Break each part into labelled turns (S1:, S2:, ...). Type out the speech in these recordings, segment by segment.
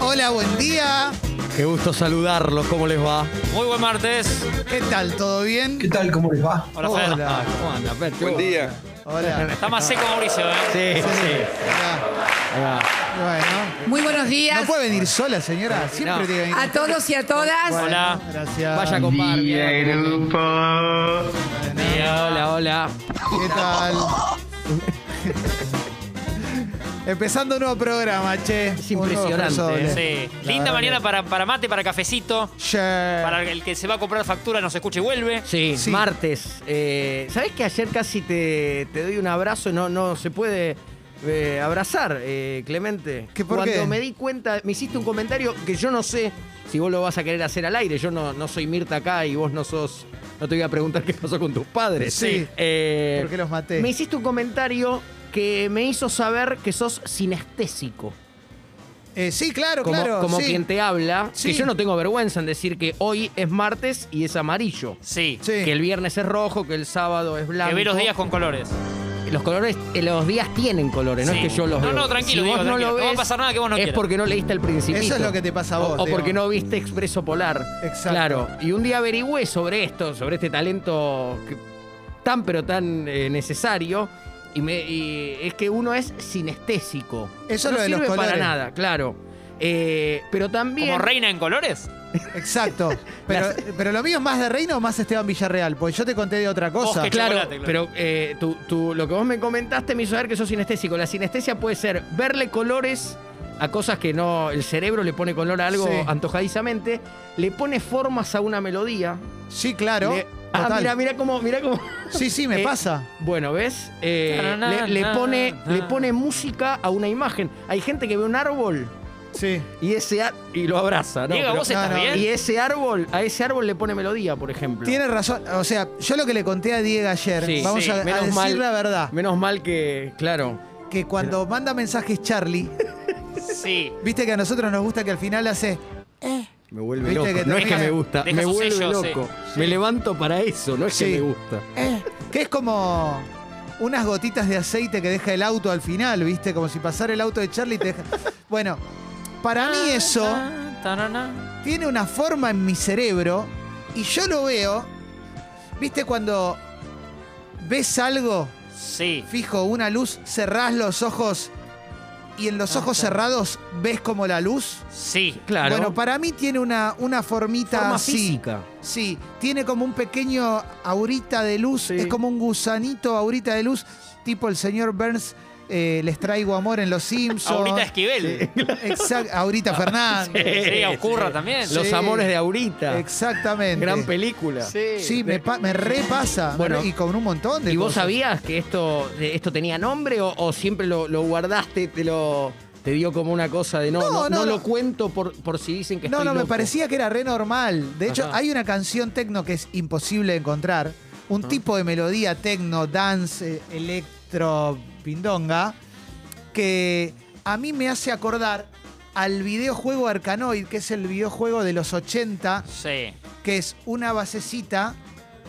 S1: hola, buen día.
S2: Qué gusto saludarlos, ¿cómo les va?
S3: Muy buen martes.
S1: ¿Qué tal? ¿Todo bien?
S4: ¿Qué tal? ¿Cómo les va?
S3: Hola,
S1: Hola.
S3: Fer.
S2: Ah, ¿Cómo anda? Fer?
S5: Buen día.
S1: Hola.
S3: Está más seco Mauricio, ¿eh?
S2: Sí, sí.
S1: Hola.
S2: Ahí va.
S1: Bueno.
S6: Muy buenos días
S1: No puede venir sola, señora. Siempre
S2: No.
S1: tiene que venir.
S6: a todos y a todas.
S1: Bueno,
S3: Hola.
S1: Gracias.
S2: Vaya con Barbie.
S3: ¿eh?
S2: Hola, hola.
S1: ¿Qué tal? Empezando un nuevo programa, che.
S2: Es
S1: Un nuevo
S2: impresionante,
S1: Fresole.
S2: eh.
S3: Sí.
S1: La
S3: Linda
S1: verdad
S3: mañana
S1: que-
S3: para, para mate, para cafecito.
S1: Che.
S3: Para el que se va a comprar factura, nos escuche y vuelve.
S2: Sí,
S1: Sí.
S2: martes. Eh, ¿Sabés que ayer casi te, te doy un abrazo? y No, no se puede eh, abrazar, eh, Clemente.
S1: ¿Qué, por
S2: Cuando
S1: qué?
S2: me di cuenta, me hiciste un comentario que yo no sé si vos lo vas a querer hacer al aire. Yo no, no soy Mirta acá y vos no sos. No te voy a preguntar qué pasó con tus padres.
S1: Sí.
S2: Eh,
S1: ¿Por qué los maté?
S2: me hiciste un comentario que me hizo saber que sos sinestésico.
S1: Eh, sí, claro,
S2: Como,
S1: claro.
S2: como
S1: sí.
S2: quien te habla.
S1: Sí.
S2: Que yo no tengo vergüenza en decir que hoy es martes y es amarillo.
S3: Sí.
S1: Sí.
S2: Que el viernes es rojo, que el sábado es blanco.
S3: Que ve los días con colores.
S2: Los colores, eh, los días tienen colores, no
S3: Sí.
S2: es que yo los
S3: No,
S2: veo.
S3: no, tranquilo,
S2: Si vos
S3: Diego,
S2: no
S3: tranquilo.
S2: lo
S3: No
S2: ves,
S3: va a pasar nada que vos no
S2: Es
S3: quieras.
S2: porque no leíste el principito.
S1: Eso es lo que te pasa a vos.
S2: o, o
S1: digo.
S2: porque no viste Expreso Polar.
S1: Exacto.
S2: Claro. Y un día averigüé sobre esto, sobre este talento que- tan pero tan eh, necesario. Y, me, y es que uno es sinestésico.
S1: Eso es
S2: no
S1: lo de los
S2: sirve para
S1: colores.
S2: nada, claro. Eh, pero también.
S3: ¿Como reina en colores?
S1: Exacto. Pero, pero lo mío es más de reino o más Esteban Villarreal, porque yo te conté de otra cosa.
S3: Bosque.
S2: Claro,
S3: chocolate,
S2: pero
S3: claro.
S2: eh, tú- tú- lo que vos me comentaste me hizo saber que sos sinestésico. La sinestesia puede ser verle colores a cosas que no. El cerebro le pone color a algo
S1: Sí.
S2: antojadizamente, le pone formas a una melodía.
S1: Sí, claro.
S2: le- ah,
S1: Total.
S2: mira, mira cómo. Mirá cómo
S1: Sí, sí, me
S2: Eh,
S1: pasa.
S2: bueno, ¿ves? Eh,
S3: Taraná,
S2: le, le
S3: na,
S2: pone,
S3: na.
S2: le pone música a una imagen. Hay gente que ve un árbol
S1: Sí.
S2: y ese ar- y lo abraza, ¿no?
S3: Diego,
S2: Pero-
S3: ¿vos estás
S1: no, no.
S3: bien?
S2: y ese árbol, a ese árbol le pone melodía, por ejemplo.
S1: Tiene razón. O sea, yo lo que le conté a Diego ayer,
S2: Sí,
S1: vamos
S3: sí,
S1: a, a
S2: menos
S1: decir
S2: mal.
S1: la verdad,
S2: Menos mal que, claro.
S1: que cuando manda mensajes Charlie,
S3: Sí.
S1: viste que a nosotros nos gusta que al final hace...
S2: Me vuelve
S1: Viste
S2: loco.
S1: que
S2: No es que
S1: termina-
S2: me gusta,
S3: deja
S2: me
S3: su
S2: vuelve
S3: sello,
S2: loco. Me levanto para eso, no es
S1: Sí.
S2: que me gusta.
S1: eh, que es como unas gotitas de aceite que deja el auto al final, viste, como si pasara el auto de Charlie y te deja... Bueno, para mí eso
S3: Tarana.
S1: tiene una forma en mi cerebro y yo lo veo, viste cuando ves algo
S3: Sí.
S1: fijo una luz, cerrás los ojos y en los ojos cerrados ves como la luz.
S3: Sí.
S2: Ah, Claro.
S1: Bueno, para mí tiene una, una formita
S2: forma
S1: así.
S2: física.
S1: Sí, tiene como un pequeño aurita de luz,
S2: Sí.
S1: es como un gusanito aurita de luz, tipo el señor Burns, eh, les traigo amor en Los Simpsons.
S3: Ahorita Esquivel. Sí,
S1: Exacto,
S2: Ah,
S1: Aurita Fernández.
S3: Ocurra también.
S1: Sí.
S2: Los amores de Aurita.
S1: Exactamente.
S2: Gran película.
S1: Sí, me, pa- me repasa. me
S2: Bueno.
S1: re- y con un montón de
S2: ¿Y vos
S1: cosas.
S2: sabías que esto, de- esto tenía nombre o, o siempre lo, lo guardaste, te lo te dio como una cosa de no,
S1: No,
S2: no,
S1: no,
S2: no
S1: no.
S2: lo cuento por, por si dicen que
S1: No,
S2: estoy
S1: no, me
S2: loco?
S1: parecía que era re normal. De hecho,
S2: Ajá.
S1: hay una canción tecno que es imposible de encontrar. Un tipo de melodía tecno, dance, eh, electro, pindonga, que a mí me hace acordar al videojuego Arcanoid, que es el videojuego de los 80,
S3: Sí.
S1: que es una basecita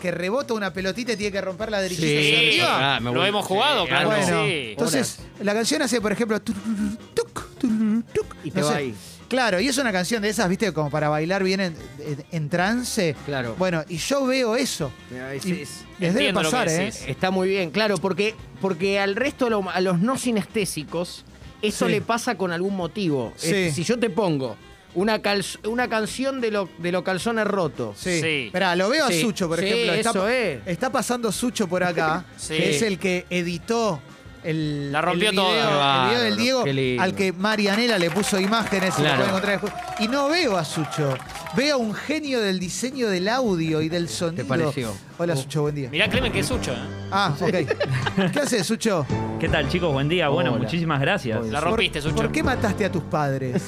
S1: que rebota una pelotita y tiene que romper la derechita
S2: Sí.
S1: hacia
S3: Sí.
S1: arriba.
S2: Ah, me
S3: Lo
S2: voy-
S3: hemos
S2: sí,
S3: jugado, claro.
S2: ah,
S1: bueno,
S3: Sí.
S1: entonces la canción hace, por ejemplo, turururu, tuc, turururu, tuc,
S2: Y te
S1: no
S2: va
S1: sé.
S2: ahí.
S1: Claro, y es una canción de esas, viste, como para bailar bien en, en- en trance.
S2: Claro.
S1: Bueno, y yo veo eso.
S2: Mirá, es-
S1: Y
S2: es-
S1: les debe
S3: Entiendo lo que
S1: pasar, ¿eh?
S3: decís.
S2: Está muy bien, claro, porque, porque al resto, de lo- a los no sinestésicos, eso
S1: Sí.
S2: le pasa con algún motivo.
S1: Sí.
S2: Es- si yo te pongo una, calz- una canción de, lo, de los calzones rotos,
S1: Sí.
S3: Sí.
S1: Esperá, lo veo a
S2: Sí,
S1: Sucho, por
S2: sí,
S1: ejemplo. Está,
S2: eso es.
S1: está pasando Sucho por acá,
S3: Sí.
S1: que es el que editó el,
S3: La rompió
S1: el video, el
S3: toda.
S2: Qué
S1: video del
S2: bárbaro, qué
S1: Diego,
S2: lindo.
S1: al que Marianela le puso imágenes. y lo
S2: Claro.
S1: pueden encontrar después. Y no veo a Sucho. Veo a un genio del diseño del audio y del sonido.
S2: pareció?
S1: Hola,
S2: Oh.
S1: Sucho, buen día.
S3: Mirá, Clemen, que es Sucho. ¿eh?
S1: Ah, ok. ¿Qué haces, Sucho?
S7: ¿Qué tal, chicos? Buen día. Bueno,
S2: Hola.
S7: muchísimas gracias.
S2: Hola.
S3: La
S1: ¿Por-
S3: rompiste, Sucho.
S1: ¿Por qué mataste a tus padres?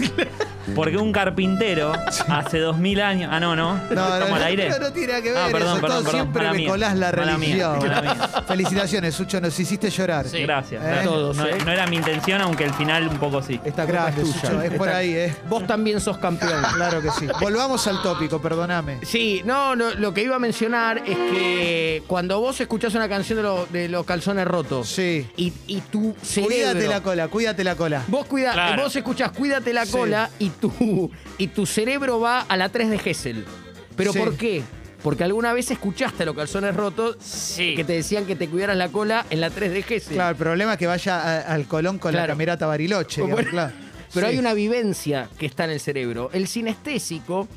S7: Porque un carpintero hace dos mil años. Ah, no,
S1: No,
S7: no.
S1: no,
S7: ¿Estamos
S1: no,
S7: al aire?
S1: no, no tiene nada que ver.
S7: Ah, perdón,
S1: eso.
S7: perdón,
S1: Todo
S7: perdón.
S1: siempre
S7: Mala
S1: me
S7: mía.
S1: colás la
S7: Mala mía,
S1: religión.
S7: mala mía.
S1: Felicitaciones, Sucho, nos hiciste llorar.
S3: Sí.
S7: Gracias.
S1: Eh,
S7: gracias.
S2: todos,
S7: no,
S2: ¿eh?
S7: no era mi intención, aunque el final un poco sí.
S2: esta culpa
S1: Grande,
S2: es tuya.
S1: Sucho, es por
S2: Esta-
S1: ahí, ¿eh?
S2: Vos también sos campeón.
S1: Claro que sí. Volvamos al tópico, perdóname.
S2: Sí, no, lo, lo que iba a mencionar es que eh, cuando vos escuchás una canción de, lo- de los calzones rotos
S1: Sí.
S2: y, y tu
S1: Cuídate
S2: cerebro...
S1: la cola, cuídate la cola.
S2: Vos, cuida,
S3: Claro.
S2: vos escuchás Cuídate la
S1: Sí.
S2: cola y, tu, y tu cerebro va a la 3 de Gessel. ¿Pero
S1: Sí.
S2: por qué? Porque alguna vez escuchaste los calzones rotos
S3: Sí.
S2: que te decían que te cuidaras la cola en la 3 de Gessel.
S1: Claro, el problema es que vaya a- al Colón con la
S2: Claro.
S1: camerata Bariloche. digamos,
S2: Bueno,
S1: claro.
S2: Pero
S1: Sí.
S2: hay una vivencia que está en el cerebro. El sinestésico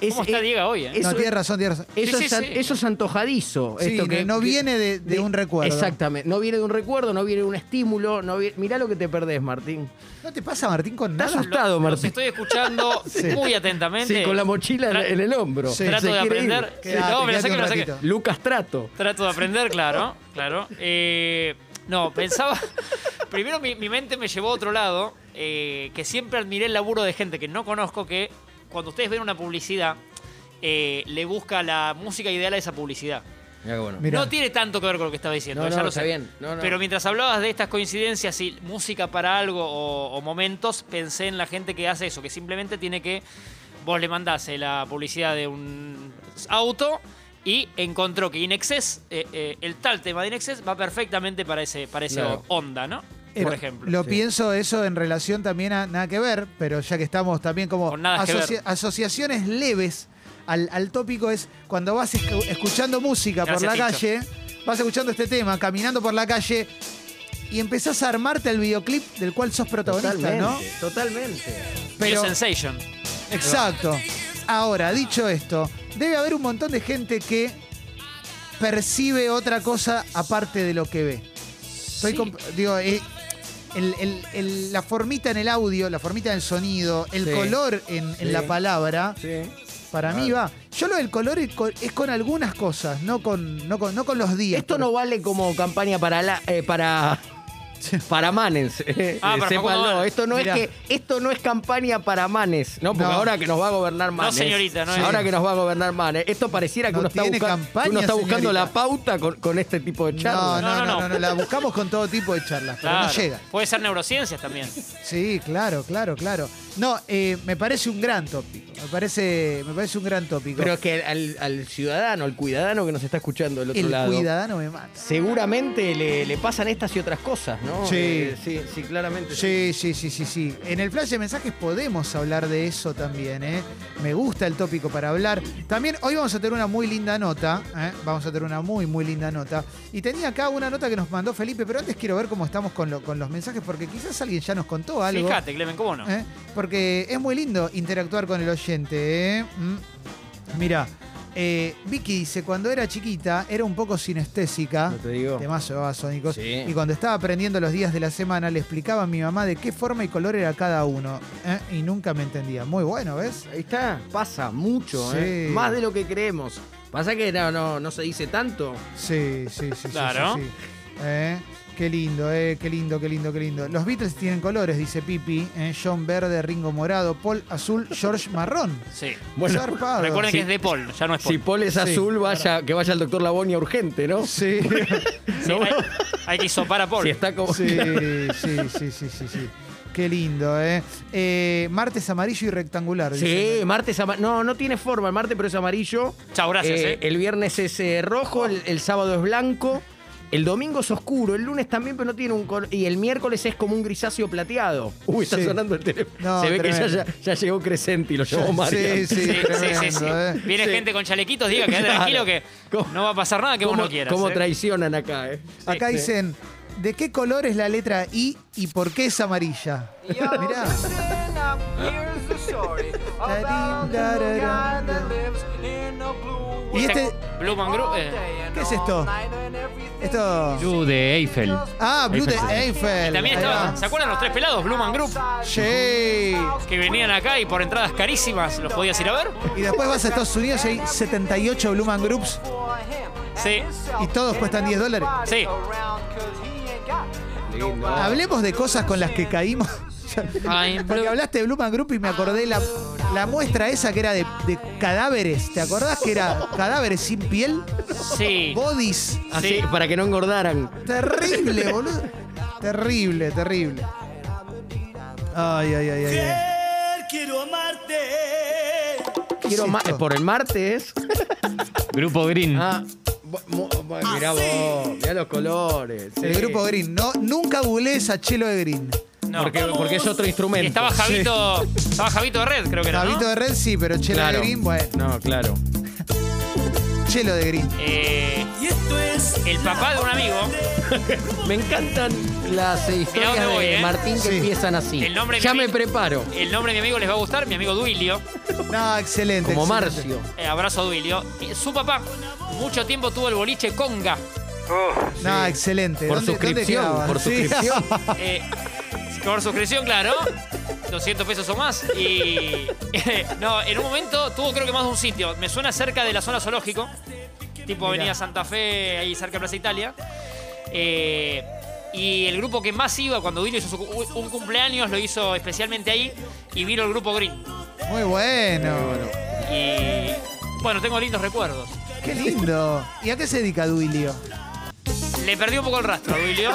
S2: es...
S3: ¿Cómo está
S2: es-
S3: Diego hoy, eh?
S2: es-
S1: No,
S2: eso-
S1: tiene razón, tiene razón.
S2: Eso,
S3: Sí,
S2: es,
S3: sí,
S2: an-
S3: sí.
S2: eso es antojadizo.
S1: Sí,
S2: esto que,
S1: no
S2: que-
S1: viene de, de un recuerdo.
S2: Exactamente. No viene de un recuerdo, no viene de un estímulo. No vi- Mirá lo que te perdés, Martín.
S1: ¿No te pasa, Martín, con
S2: Estás
S1: nada?
S2: asustado,
S3: Los
S2: Martín.
S3: estoy escuchando muy atentamente.
S2: Sí, con la mochila en, en el hombro.
S1: Sí.
S3: Trato
S2: Se
S3: de
S2: quiere ir.
S3: aprender.
S1: Quédate,
S3: no, me la
S1: quédate
S3: saqué,
S1: un
S3: me la saqué.
S1: ratito.
S2: Lucas Trato.
S3: Trato de aprender, claro, claro. Eh, no, pensaba. Primero mi, mi mente me llevó a otro lado, eh, que siempre admiré el laburo de gente que no conozco, que cuando ustedes ven una publicidad, eh, le busca la música ideal a esa publicidad.
S2: Mirá qué bueno.
S1: Mirá.
S3: No tiene tanto que ver con lo que estaba diciendo,
S2: No,
S3: ya
S2: no,
S3: lo
S2: está
S3: sé.
S2: bien. No, no.
S3: Pero mientras hablabas de estas coincidencias y música para algo o, o momentos, pensé en la gente que hace eso, que simplemente tiene que. Vos le mandás eh, la publicidad de un auto y encontró que Inexcess, eh, eh, el tal tema de Inexcess, va perfectamente para ese para esa
S2: Claro.
S3: onda, ¿no? Por
S1: Pero
S3: ejemplo.
S1: Eh, Lo
S2: Sí.
S1: pienso eso en relación también a nada que ver, pero ya que estamos también como
S3: Con nada que ver.
S1: asociaciones leves al, al tópico es cuando vas escu- escuchando música por
S3: Gracias,
S1: la
S3: Tincho.
S1: calle, vas escuchando este tema, caminando por la calle y empezás a armarte el videoclip del cual sos protagonista,
S2: Totalmente,
S1: ¿no?
S2: totalmente.
S3: Pure
S1: pero-
S3: Sensation.
S1: Exacto. Ahora, dicho esto, debe haber un montón de gente que percibe otra cosa aparte de lo que ve. Estoy
S3: Sí.
S1: comp- digo, eh, el- el- el- la formita en el audio, la formita en el sonido, el
S2: Sí.
S1: color en, en
S2: Sí.
S1: la palabra,
S2: Sí.
S1: para mí va. Yo lo del color es con, es con algunas cosas, no con, no con, no con los días.
S2: Esto
S1: por-
S2: no vale como campaña para la, eh, para para Manes.
S3: Ah, para
S2: Sépanlo.
S3: Facundo Manes.
S2: Esto no
S1: Mirá.
S2: es que esto no es campaña para Manes, no, porque
S1: No.
S2: ahora que nos va a gobernar Manes.
S3: señorita, no es.
S2: Ahora que nos va a gobernar Manes, esto pareciera que
S1: No
S2: uno está,
S1: tiene
S2: busca-
S1: campaña,
S2: que uno está buscando
S1: señorita.
S2: la pauta con, con este tipo de
S1: no, no, no, no,
S2: charlas.
S3: No, no,
S1: no,
S3: no.
S1: no, la buscamos con todo tipo de charlas, pero
S3: Claro.
S1: no llega.
S3: Puede ser neurociencias también.
S1: Sí, claro, claro, claro. No, eh, me parece un gran tópico. Me parece, me parece un gran tópico.
S2: Pero es que al, al ciudadano, al cuidadano que nos está escuchando del otro
S1: el
S2: lado.
S1: cuidadano me mata.
S2: Seguramente le, le pasan estas y otras cosas, ¿no?
S1: Sí.
S2: Eh, sí, sí, claramente.
S1: Sí, sí, sí, sí, sí. En el flash de mensajes podemos hablar de eso también, ¿eh? Me gusta el tópico para hablar. También hoy vamos a tener una muy linda nota, ¿eh? Vamos a tener una muy, muy linda nota. Y tenía acá una nota que nos mandó Felipe, pero antes quiero ver cómo estamos con, lo- con los mensajes, porque quizás alguien ya nos contó algo.
S3: Fíjate, Clemen, ¿cómo no?
S1: ¿eh? Porque es muy lindo interactuar con el oyente. ¿eh? Mm. Mira, eh, Vicky dice, cuando era chiquita era un poco sinestésica.
S2: No te digo.
S1: De más llevaba Sónicos.
S2: Sí.
S1: Y cuando estaba aprendiendo los días de la semana, le explicaba a mi mamá de qué forma y color era cada uno. ¿eh? Y nunca me entendía. Muy bueno, ¿ves?
S2: Ahí está, pasa mucho, ¿eh?
S1: Sí.
S2: más de lo que creemos. Pasa que no, no, no se dice tanto.
S1: Sí, sí, sí, sí,
S3: Claro.
S1: sí, sí. ¿Eh? Qué lindo, eh, qué lindo, qué lindo, qué lindo. Los Beatles tienen colores, dice Pipi. ¿eh? John verde, Ringo morado, Paul azul, George marrón.
S3: Sí.
S1: Zarpado.
S3: Recuerden
S2: sí.
S3: que es de Paul, ya no es Paul.
S2: Si Paul es azul, vaya, que vaya al doctor Labonia urgente, ¿no?
S1: Sí.
S3: Sí, hay, hay que isopar a Paul.
S2: Si está como.
S1: Sí, sí, sí, sí, sí, sí. Qué lindo, ¿eh? Eh, martes amarillo y rectangular.
S2: Sí,
S1: dicen.
S2: martes ama- No, no tiene forma. El martes, pero es amarillo.
S3: Chao, gracias,
S2: Eh,
S3: eh.
S2: El viernes es eh, rojo, el, el sábado es blanco. El domingo es oscuro, el lunes también, pero no tiene un color. Y el miércoles es como un grisáceo plateado. Uy, está
S1: Sí.
S2: sonando el teléfono.
S1: No,
S2: Se ve que
S1: tremendo.
S2: ya, ya- ya llegó Crescenti, lo llevó María.
S1: Sí, sí,
S3: Sí, sí,
S1: tremendo,
S3: sí, sí.
S1: ¿eh?
S3: Viene
S2: Sí.
S3: gente con chalequitos, diga, quédate
S2: Claro.
S3: tranquilo que
S2: ¿Cómo-
S3: no va a pasar nada que vos
S2: ¿Cómo,
S3: no quieras.
S2: cómo
S3: eh?
S2: traicionan acá, eh?
S1: Acá
S2: Sí.
S1: dicen, ¿de qué color es la letra I y por qué es amarilla? Mirá.
S4: Listen up, here's the story about
S1: Da-ding, da,
S4: a little
S1: da, da.
S4: guy that lives in a blue
S1: Y
S4: world.
S1: este-
S3: Blue Man Group.
S4: All
S3: eh.
S4: day and
S1: ¿Qué es
S4: all
S1: esto?
S4: night and everything
S1: Esto-
S4: is
S5: Blue de Eiffel.
S4: just
S1: Ah, Blue de Eiffel.
S3: Y también
S1: Ahí
S3: estaba,
S1: va.
S3: ¿se acuerdan los tres pelados? Blue Man Group.
S1: Sí.
S3: Que venían acá y por entradas carísimas los podías ir a ver.
S1: Y después vas a Estados Unidos y hay 78 Blumen Groups
S4: for him and
S3: Sí.
S4: himself
S1: y todos cuestan 10 dólares.
S3: Sí.
S4: around 'cause he ain't got
S2: Lindo.
S1: Hablemos de cosas con las que caímos.
S3: I'm
S1: Porque
S3: blue.
S1: hablaste de Blumen Group y me acordé la, la muestra esa que era de, de cadáveres. ¿Te acordás que era cadáveres sin piel?
S3: Sí.
S1: Bodies.
S2: Así,
S3: Sí.
S2: para que no engordaran.
S1: Terrible, boludo. Terrible, terrible. Ay, ay, ay, ay. ay. ¿Qué
S2: Quiero
S1: es
S2: ma-
S1: esto?
S2: por el martes.
S5: Grupo Green.
S2: Ah, mu- mu- mirá vos, mirá los colores.
S1: El
S2: sí.
S1: grupo Green. No, nunca googlees a Chelo de Green.
S3: No.
S2: Porque, porque es otro instrumento.
S3: Y estaba Javito. Estaba Javito de Red, creo que era. ¿no?
S1: Javito de Red sí, pero Chelo
S2: Claro.
S1: de Green, bueno.
S2: No, claro.
S1: Chelo de Green.
S3: Eh, el papá de un amigo,
S2: Me encantan las eh, historias
S3: dónde voy,
S2: de
S3: ¿eh?
S2: Martín que
S1: Sí.
S2: empiezan así.
S3: El nombre que
S2: ya
S3: me-
S2: me preparo.
S3: el nombre de mi amigo les va a gustar, mi amigo Duilio.
S1: No, excelente.
S2: Como
S1: excelente.
S2: Marcio.
S3: Eh, abrazo a Duilio. Eh, su papá mucho tiempo tuvo el boliche Conga.
S1: No, excelente.
S2: Por
S1: ¿Dónde-
S2: suscripción,
S1: dónde quedaba?
S2: por
S1: Sí.
S2: suscripción.
S3: Eh, por suscripción, claro. 200 pesos o más. Y. no, en un momento tuvo creo que más de un sitio. Me suena cerca de la zona zoológico. Tipo Avenida Santa Fe, ahí cerca de Plaza Italia. Eh, y el grupo que más iba cuando Duilio hizo su cu- un cumpleaños lo hizo especialmente ahí. Y vino el grupo Green.
S1: Muy bueno.
S3: Y. Bueno, tengo lindos recuerdos.
S1: Qué lindo. ¿Y a qué se dedica Duilio?
S3: Le perdí un poco el rastro a Duilio.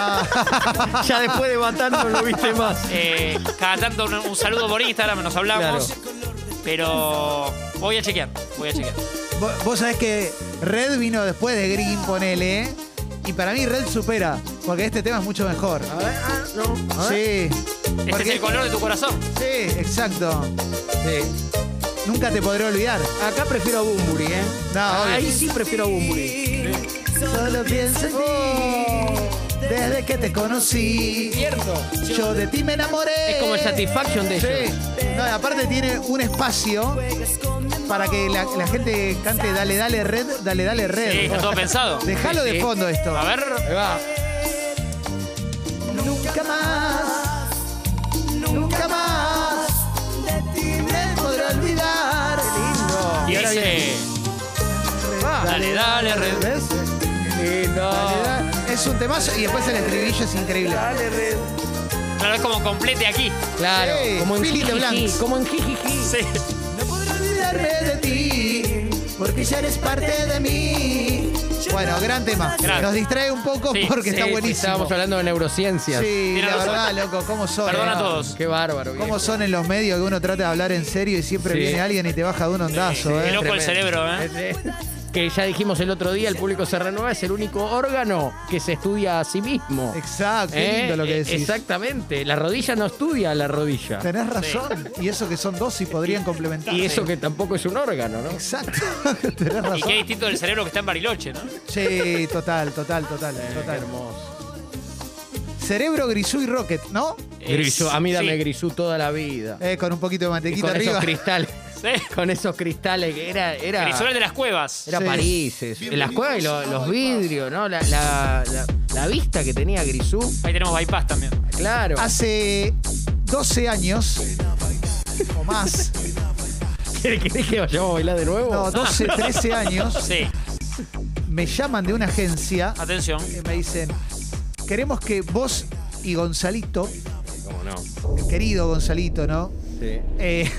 S2: Ya después de matar no lo viste más.
S3: Eh, cada tanto un, un saludo por Instagram, nos hablamos. Pero voy a chequear, voy a chequear.
S1: Vos, vos sabés que Red vino después de Green, ponele. ¿eh? Y para mí Red supera, porque este tema es mucho mejor.
S2: A ver, ah, no. a ver.
S1: Sí.
S3: Este
S1: Porque-
S3: es el color de tu corazón.
S1: Sí, exacto.
S2: Sí.
S1: Nunca te podré olvidar.
S2: Acá prefiero a Bumburi, ¿eh?
S1: No, obvio.
S2: Ahí sí prefiero a Bumburi.
S1: Solo pienso en ti. Desde que te conocí. Yo de ti me enamoré.
S2: Es como el Satisfaction de ellos.
S1: Sí. No, y aparte tiene un espacio para que la, la gente cante Dale, dale, red, dale, dale, red.
S3: Sí, eh, está todo pensado.
S1: Dejalo de fondo esto.
S3: A ver,
S2: Ahí va.
S1: Nunca más, nunca más de ti me podré olvidar.
S3: y
S1: ahora
S3: dice.
S2: Ah.
S3: Dale, dale, red.
S1: ¿Ves?
S2: Lindo.
S1: Es un temazo y después el estribillo es increíble.
S3: Claro, es como complete aquí.
S2: Claro,
S1: Sí,
S2: como en
S1: Billy the
S2: Jijiji,
S1: Blanks.
S2: como en Jijiji.
S3: Sí.
S1: No podré olvidarme de ti, porque ya eres parte de mí. Bueno, gran tema.
S3: Gran.
S1: Nos distrae un poco
S3: Sí,
S1: porque está
S2: Sí,
S1: buenísimo.
S2: Estábamos hablando de neurociencias.
S1: Sí,
S3: Tiene
S1: la
S3: razón.
S1: verdad, loco, ¿cómo son?
S3: Perdona
S1: eh?
S3: a todos.
S2: Qué bárbaro.
S1: ¿Cómo
S2: viejo.
S1: son en los medios que uno trata de hablar en serio y siempre
S2: Sí.
S1: viene alguien y te baja de un ondazo,
S3: Qué
S1: eh?
S3: loco el
S2: Tremendo.
S3: cerebro, ¿eh?
S2: Que ya dijimos el otro día, el público se renueva, es el único órgano que se estudia a sí mismo.
S1: Exacto, qué
S2: ¿Eh?
S1: lindo lo que decís.
S2: Exactamente. La rodilla no estudia la rodilla.
S1: Tenés razón. Y eso que son dos y podrían complementar.
S2: Y eso que tampoco es un órgano, ¿no?
S1: Exacto. Tenés
S3: Y qué
S1: razón.
S3: distinto del cerebro que está en Bariloche, ¿no?
S1: Sí, total, total, total, total.
S2: Eh, hermoso.
S1: Cerebro, grisú y rocket, ¿no?
S2: Grisú, a mí dame
S3: sí.
S2: grisú toda la vida.
S1: Eh, con un poquito de
S2: Y
S1: mantequita
S2: con
S1: arriba.
S2: esos cristales.
S3: Sí.
S2: Con esos cristales que era. era
S3: Grisú era de las cuevas.
S2: Ah. Era
S1: Sí.
S2: París, eso. las cuevas y lo- los vidrios, ¿no? La, la- la- la vista que tenía Grisú,
S3: Ahí tenemos bypass también.
S2: claro.
S1: Hace 12 años o más,
S2: ¿Querés que vayamos a bailar de nuevo?
S1: no, 12, 13 años,
S3: Sí,
S1: me llaman de una agencia
S3: atención.
S1: y me dicen, queremos que vos y Gonzalito,
S2: ¿Cómo no?
S1: el querido Gonzalito, ¿no?
S2: Sí.
S1: Eh,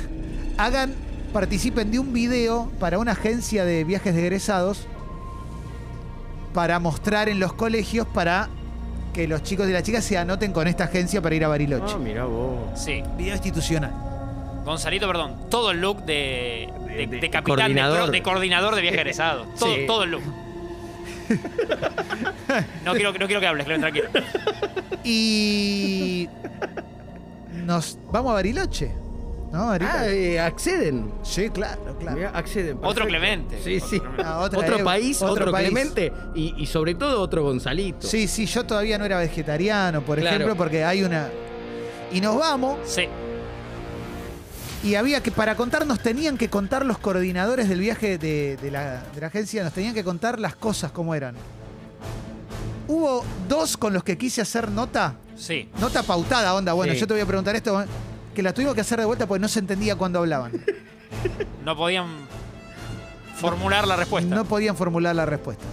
S1: hagan, participen de un video para una agencia de viajes de egresados para mostrar en los colegios para que los chicos y las chicas se anoten con esta agencia para ir a Bariloche.
S2: Ah, mirá vos.
S3: Sí.
S1: Video institucional.
S3: Gonzalito, perdón, todo el look de, de,
S7: de
S3: de capitán,
S2: coordinador.
S3: De, pro- de coordinador de viaje egresado. Todo,
S2: Sí.
S3: todo el look. No quiero, no quiero que hables, Clemen, tranquilo.
S1: Y nos vamos a Bariloche. ¿No? Bariloche.
S2: Ah, eh, acceden.
S1: sí, claro, claro.
S2: Mirá, acceden.
S3: Otro
S2: perfecto.
S3: Clemente.
S2: Sí, sí.
S3: Otro Clemente.
S1: Ah, otra
S2: Otro
S1: Evo,
S2: país,
S1: otro
S2: otro,
S1: país.
S2: Clemente y, y sobre todo otro Gonzalito.
S1: Sí, sí, yo todavía no era vegetariano, por
S2: Claro.
S1: ejemplo, porque hay una. Y nos vamos,
S3: Sí.
S1: y había que, para contarnos, tenían que contar los coordinadores del viaje de, de la, de la agencia, nos tenían que contar las cosas como eran. Hubo dos con los que quise hacer nota,
S3: Sí.
S1: nota pautada, onda. Bueno,
S2: Sí.
S1: yo te voy a preguntar esto, que la tuvimos que hacer de vuelta porque no se entendía cuando hablaban.
S3: No podían formular la respuesta.
S1: No podían formular la respuesta.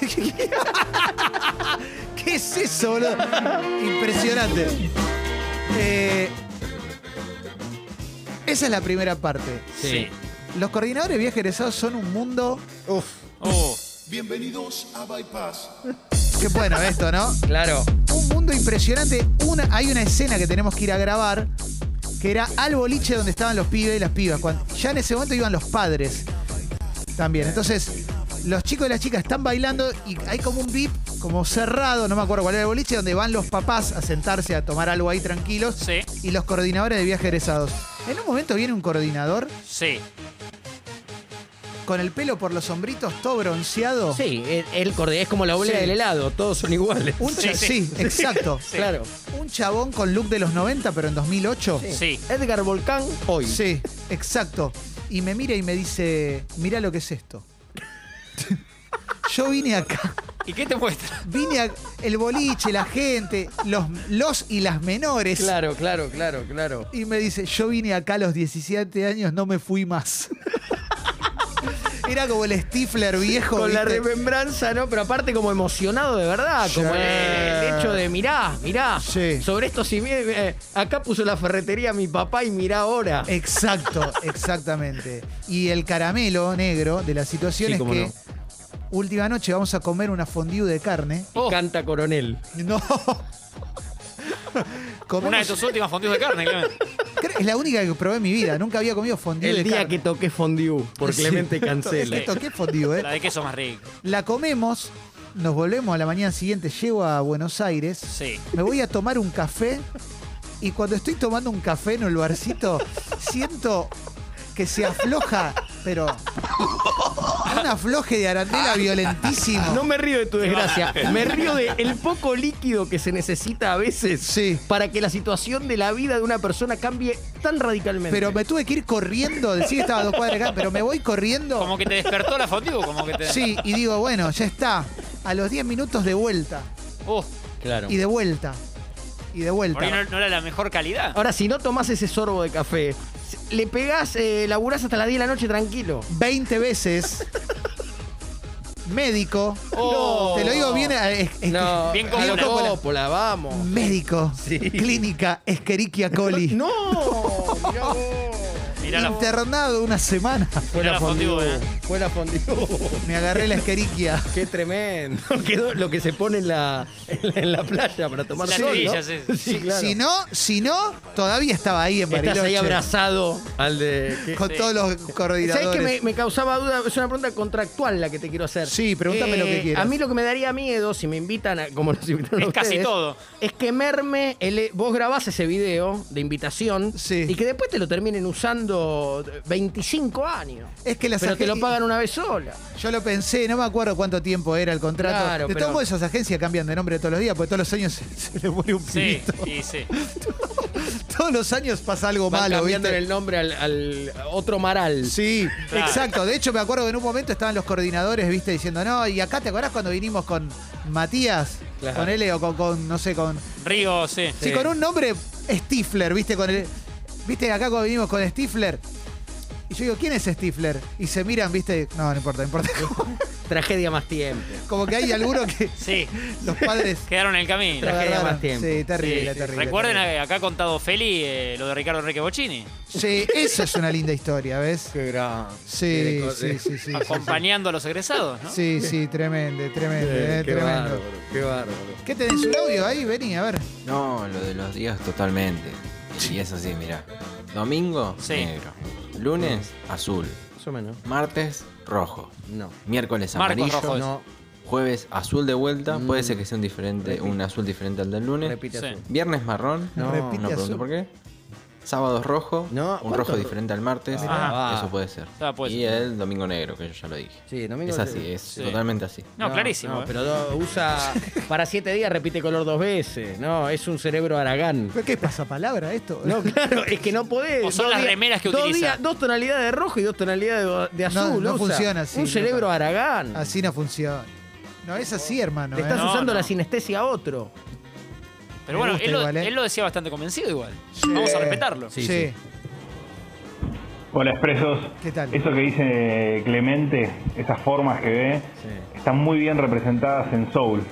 S1: ¿Qué es eso, boludo? Impresionante. Eh, esa es la primera parte.
S3: Sí.
S1: Los coordinadores de viaje egresados son un mundo.
S3: Oh,
S5: Bienvenidos a Bypass.
S1: Qué bueno esto, ¿no?
S2: Claro.
S1: Un mundo impresionante. Una, hay una escena que tenemos que ir a grabar que era al boliche donde estaban los pibes y las pibas. Cuando- ya en ese momento iban los padres también. Entonces, los chicos y las chicas están bailando y hay como un VIP como cerrado, no me acuerdo cuál era el boliche, donde van los papás a sentarse a tomar algo ahí tranquilos
S3: Sí,
S1: y los coordinadores de viaje egresados. En un momento viene un coordinador
S3: sí.
S1: con el pelo por los hombritos, todo bronceado.
S2: Sí, el, el corde- es como la oblea
S1: Sí.
S2: del helado, todos son iguales.
S1: Un cha-
S3: Sí,
S1: sí,
S3: sí.
S1: exacto.
S3: Sí.
S2: Claro.
S1: Un chabón con look de los 90, pero en 2008.
S3: Sí.
S2: Edgar Volcán hoy.
S1: Sí, exacto. Y me mira y me dice, mirá lo que es esto. Yo vine acá,
S3: ¿Y qué te muestra?
S1: vine a el boliche, la gente, los, los y las menores.
S2: Claro, claro, claro, claro.
S1: Y me dice, yo vine acá a los 17 años, no me fui más. Era como el Stifler viejo.
S2: Con este- la
S1: ¿viste?
S2: remembranza, ¿no? Pero aparte como emocionado de verdad, como
S1: Sí.
S2: el, el hecho de mirá, mirá.
S1: Sí.
S2: Sobre esto si bien, eh, acá puso la ferretería mi papá y mirá ahora.
S1: Exacto, exactamente. Y el caramelo negro de la situación
S2: Sí,
S1: es
S2: cómo
S1: que
S2: no.
S1: última noche vamos a comer una fondue de carne.
S2: Y Canta coronel.
S1: No. Comemos-
S3: Una de tus últimas fondues de carne, claramente.
S1: Creo- Es la única que probé en mi vida. Nunca había comido fondue
S2: El
S1: de
S2: día
S1: carne.
S2: que toqué fondue por
S1: Sí.
S2: Clemente
S1: Es que
S2: Cancela.
S1: toqué fondue, ¿eh?
S3: La de queso más rico.
S1: La comemos, nos volvemos a la mañana siguiente, llego a Buenos Aires,
S3: Sí.
S1: me voy a tomar un café y cuando estoy tomando un café en el barcito, siento que se afloja, pero un afloje de arandela violentísimo.
S2: No me río de tu desgracia, me río de el poco líquido que se necesita a veces
S1: Sí.
S2: para que la situación de la vida de una persona cambie tan radicalmente.
S1: Pero me tuve que ir corriendo, decía que estaba a dos cuadras acá, pero me voy corriendo.
S3: Como que te despertó la fondue, como que te.
S1: Sí, y digo, bueno, ya está. A los 10 minutos de vuelta.
S3: Uh,
S2: claro.
S1: Y de vuelta. Y de
S3: por ahí
S1: vuelta.
S3: no, no era la mejor calidad.
S2: Ahora, si no tomás ese sorbo de café, le pegás, eh, laburás hasta las 10 de la noche tranquilo.
S1: 20 veces. Médico.
S3: Oh.
S1: Te lo digo bien. eh, es- es-
S3: Bien
S2: a lo
S3: cópola.
S2: cópola, vamos.
S1: Médico.
S2: Sí.
S1: Clínica Escherichia coli.
S2: No, mirá vos.
S3: Mirá la fondue.
S1: Internado una semana.
S2: Fue
S3: Mirá
S2: la
S3: la fondue,
S2: fondue.
S3: eh.
S2: Fue la fondue.
S1: Me agarré la Escherichia.
S2: Qué tremendo. Quedó lo que se pone en la, en la, en la playa para tomar
S3: La
S2: sol, ¿no?
S3: cerilla, sí.
S2: Sí, claro.
S1: Si no, si no, todavía estaba ahí en
S2: Estás ahí
S1: Bariloche.
S2: abrazado al de... que-
S1: Con
S3: Sí.
S1: todos los coordinadores.
S2: ¿Sabes que me, me causaba duda? Es una pregunta contractual la que te quiero hacer. Eh,
S1: Sí, pregúntame lo que quieras.
S2: A mí lo que me daría miedo, si me invitan, a- como nos invitaron
S3: Es
S2: a
S3: casi
S2: ustedes,
S3: todo.
S2: Es quemarme. El, eh, vos grabás ese video de invitación
S1: Sí.
S2: y que después te lo terminen usando 25 años.
S1: Es que las
S2: pero te lo
S1: agen-
S2: pagan una vez sola.
S1: Yo lo pensé, no me acuerdo cuánto tiempo era el contrato.
S2: Claro,
S1: de
S2: pero-
S1: todos modos, esas agencias cambian de nombre todos los días, porque todos los años se, se le muere un
S3: Sí,
S1: pibito.
S3: y sí.
S1: Todos los años pasa algo
S2: Van
S1: malo,
S2: cambiando
S1: ¿viste?
S2: el nombre al, al otro Maral.
S1: Sí,
S3: Claro.
S1: exacto. De hecho, me acuerdo que en un momento estaban los coordinadores, viste, diciendo, no, y acá te acordás cuando vinimos con Matías,
S2: Claro.
S1: con él o con, con, no sé, con.
S3: Río, sí.
S1: Sí, con un nombre Stifler, viste, con el. Viste, acá cuando vinimos con Stifler. Y yo digo, ¿quién es Stifler? Y se miran, viste, no, no importa, no importa. Como,
S2: Tragedia más tiempo.
S1: como que hay alguno que
S3: Sí.
S1: los padres.
S3: Quedaron en el camino.
S2: Tragedia
S1: Agarraron.
S2: más tiempo.
S1: Sí, terrible,
S3: Sí.
S1: terrible.
S3: Recuerden
S1: terrible.
S3: eh, acá ha contado Feli eh, lo de Ricardo Enrique Bocini,
S1: Sí, esa es una linda historia, ¿ves?
S2: Qué gran.
S1: Sí, sí, sí, sí. sí,
S3: acompañando a los egresados, ¿no?
S1: Sí, sí, tremendo, tremendo, eh,
S2: Qué bárbaro,
S1: tremendo.
S2: qué bárbaro.
S1: ¿Qué tenés un audio ahí? Vení, a ver.
S6: No, lo de los días totalmente. Y es así, mirá. Domingo,
S3: Sí.
S6: negro. Lunes, azul.
S2: Más o menos.
S6: Martes, rojo.
S2: No.
S6: Miércoles,
S3: Marcos
S6: amarillo.
S3: rojo es.
S2: No,
S6: Jueves, azul de vuelta.
S2: Mm.
S6: Puede ser que sea un, diferente, un azul diferente al del lunes.
S2: repite
S3: Sí.
S2: azul.
S6: Viernes, marrón.
S2: No,
S1: Repite
S6: No pregunto
S1: azul.
S6: por qué. Sábado, rojo.
S2: No,
S6: un
S2: ¿cuánto
S6: rojo
S2: ro-
S6: diferente al martes.
S2: Ah, va.
S6: Eso puede ser.
S3: Ah, puede
S6: y
S3: ser.
S6: el domingo negro, que yo ya lo dije.
S2: Sí, domingo
S6: es
S1: eh.
S6: así, es totalmente así.
S3: No, clarísimo.
S2: no,
S3: eh.
S2: pero do- usa. Para siete días repite color dos veces. No, es un cerebro aragán.
S1: ¿Pero ¿Qué pasa palabra esto?
S2: No, claro, es que no podés.
S3: O son
S2: Dos
S3: las remeras que
S2: dos
S3: utiliza.
S2: dos tonalidades de rojo y dos tonalidades de, de azul.
S1: no
S2: usa.
S1: funciona así,
S2: Un
S1: no.
S2: cerebro aragán.
S1: Así no funciona. No es así, hermano.
S2: Le
S1: ¿eh?
S2: estás
S3: No,
S2: usando
S3: no.
S2: la sinestesia a otro.
S3: Pero
S1: Me
S3: bueno,
S1: gusta
S3: él, lo,
S1: igual, eh.
S3: él lo decía bastante convencido igual.
S1: Sí.
S3: Vamos a respetarlo.
S1: Sí.
S2: sí.
S8: Hola, expresos.
S1: ¿Qué tal?
S8: Eso que dice Clemente, esas formas que ve, están muy bien representadas en Soul.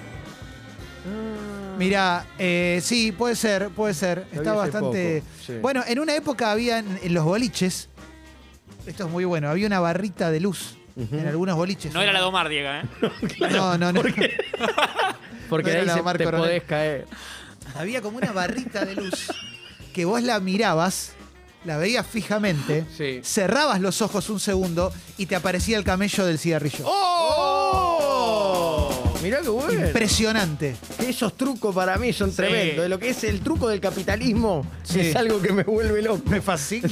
S1: Mirá, eh, sí, puede ser, puede ser.
S2: Lo
S1: Está
S2: vi hace
S1: bastante.
S2: poco, sí.
S1: Bueno, en una época había en, en los boliches. Esto es muy bueno. Había una barrita de luz en algunos boliches.
S3: No era la Domar, Diego, ¿eh?
S1: No, no, no.
S2: Porque
S1: No
S2: de
S1: era
S2: ahí
S1: la
S2: se-
S1: Omar
S2: te
S1: Coronel.
S2: podés caer.
S1: Había como una barrita de luz que vos la mirabas la veías fijamente,
S2: Sí.
S1: cerrabas los ojos un segundo y te aparecía el camello del cigarrillo.
S2: ¡Oh! Mirá qué bueno.
S1: Impresionante.
S2: Esos trucos para mí son
S3: Sí.
S2: tremendos. Lo que es el truco del capitalismo
S1: Sí.
S2: es algo que me vuelve loco.
S1: Me fascina.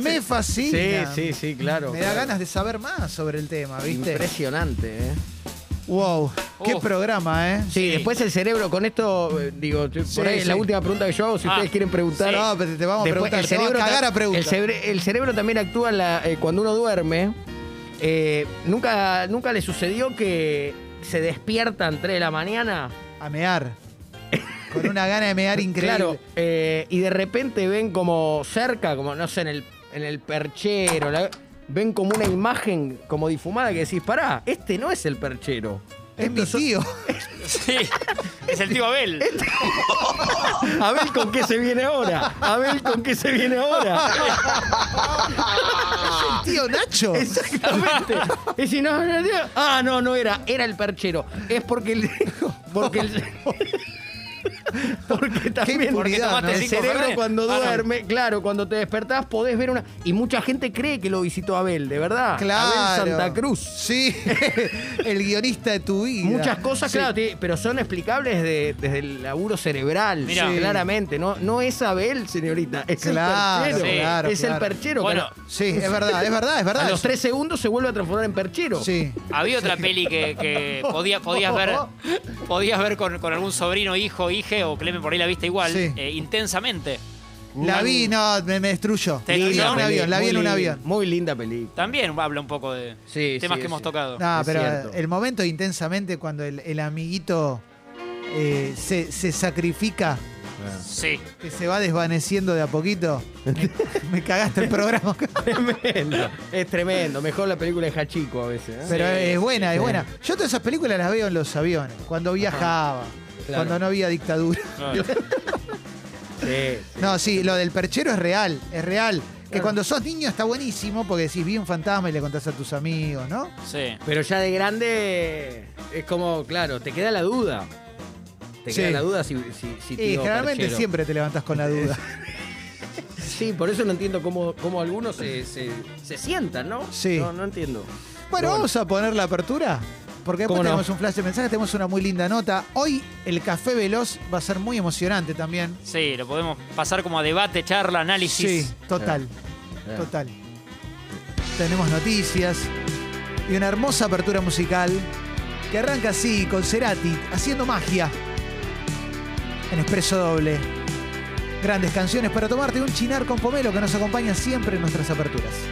S1: Me
S2: Sí,
S1: fascina.
S2: sí, sí, claro.
S1: Me da
S2: claro.
S1: ganas de saber más sobre el tema, ¿viste?
S2: Impresionante, ¿eh?
S1: Wow, qué
S3: Uf.
S1: programa, ¿eh?
S2: Sí, después el cerebro, con esto, eh, digo, t-
S1: Sí,
S2: por ahí es
S1: sí.
S2: la última pregunta que yo hago, si
S3: Ah,
S2: ustedes quieren preguntar.
S3: sí.
S2: Ah,
S1: No, pero te vamos a
S2: Después,
S1: preguntar, te vamos a cagar
S2: ta-
S1: a preguntas.
S2: El cerebro, el cerebro también actúa en la- eh, cuando uno duerme. Eh, ¿nunca, ¿Nunca le sucedió que se despiertan 3 de la mañana?
S1: A mear. Con una gana de mear increíble.
S2: Claro, eh, y de repente ven como cerca, como no sé, en el, en el perchero, la- ven como una imagen como difumada que decís, pará, este no es el perchero.
S1: Es mi tío.
S3: Sí, es el tío Abel.
S2: A ver con qué se viene ahora. A ver con qué se viene ahora.
S1: Tío Nacho.
S2: Exactamente. Y si no, no, no, ah, no, no era, era el perchero. Es porque el. Porque el. Porque también
S1: impuridad,
S3: ¿no?
S2: el
S3: Cinco
S2: cerebro
S3: Fernet.
S2: cuando
S3: Ah, no.
S2: duerme, claro, cuando te despertás podés ver una. Y mucha gente cree que lo visitó Abel, de verdad.
S1: Claro.
S2: Abel Santa Cruz.
S1: Sí. el guionista de tu vida.
S2: Muchas cosas,
S1: Sí.
S2: claro, te- pero son explicables de- desde el laburo cerebral,
S3: Mirá.
S2: Sí. claramente. No, no es Abel, señorita, es
S1: Claro,
S2: el perchero.
S3: sí,
S1: claro,
S2: es
S1: claro.
S2: el perchero.
S3: Bueno,
S2: que
S1: Sí, es verdad, es verdad, es
S2: a-
S1: verdad.
S2: a los tres segundos se vuelve a transformar en perchero.
S1: Sí.
S3: Había otra peli que, que podía- podías ver,
S2: Oh.
S3: podías ver con, con algún sobrino, hijo, hije, o Clemen por ahí la viste igual,
S1: Sí.
S3: eh, intensamente.
S1: La vi, no, me, me destruyó.
S3: Te
S1: la vi en
S3: destruyó.
S1: un avión, la vi
S2: muy
S1: en un
S2: linda,
S1: avión.
S2: Muy linda película.
S3: También habla un poco de
S2: Sí,
S3: temas
S2: sí,
S3: que hemos
S2: sí.
S3: tocado.
S1: No,
S2: Es
S1: pero
S2: cierto.
S1: el momento intensamente cuando el, el amiguito eh, se, se sacrifica,
S3: Sí.
S1: que se va desvaneciendo de a poquito. Me, me cagaste el programa.
S2: Tremendo. Es tremendo. Mejor la película de Hachico a veces. ¿eh?
S1: Pero es buena,
S2: sí.
S1: es buena. Yo todas esas películas las veo en los aviones, cuando viajaba,
S2: claro.
S1: cuando no había dictadura.
S2: Sí.
S1: No, sí, lo del perchero es real, es real. Que cuando sos niño está buenísimo porque decís, vi un fantasma y le contás a tus amigos, ¿no?
S3: Sí.
S2: Pero ya de grande es como, claro, te queda la duda. Te
S1: Sí.
S2: queda la duda si, si, si
S1: Y
S2: tiró
S1: generalmente
S2: perchero.
S1: siempre te levantás con la duda.
S2: Sí, por eso no entiendo cómo, cómo algunos se, se, se sientan, ¿no?
S1: Sí.
S2: No, no entiendo.
S1: Bueno, vamos a poner la apertura. Porque después
S2: ¿Cómo no?
S1: tenemos un flash de mensajes, tenemos una muy linda nota. Hoy el café veloz va a ser muy emocionante también.
S3: Sí, lo podemos pasar como a debate, charla, análisis.
S1: Sí, total, total. Tenemos noticias y una hermosa apertura musical que arranca así con Cerati haciendo magia en expreso doble. Grandes canciones para tomarte un chinar con pomelo que nos acompaña siempre en nuestras aperturas.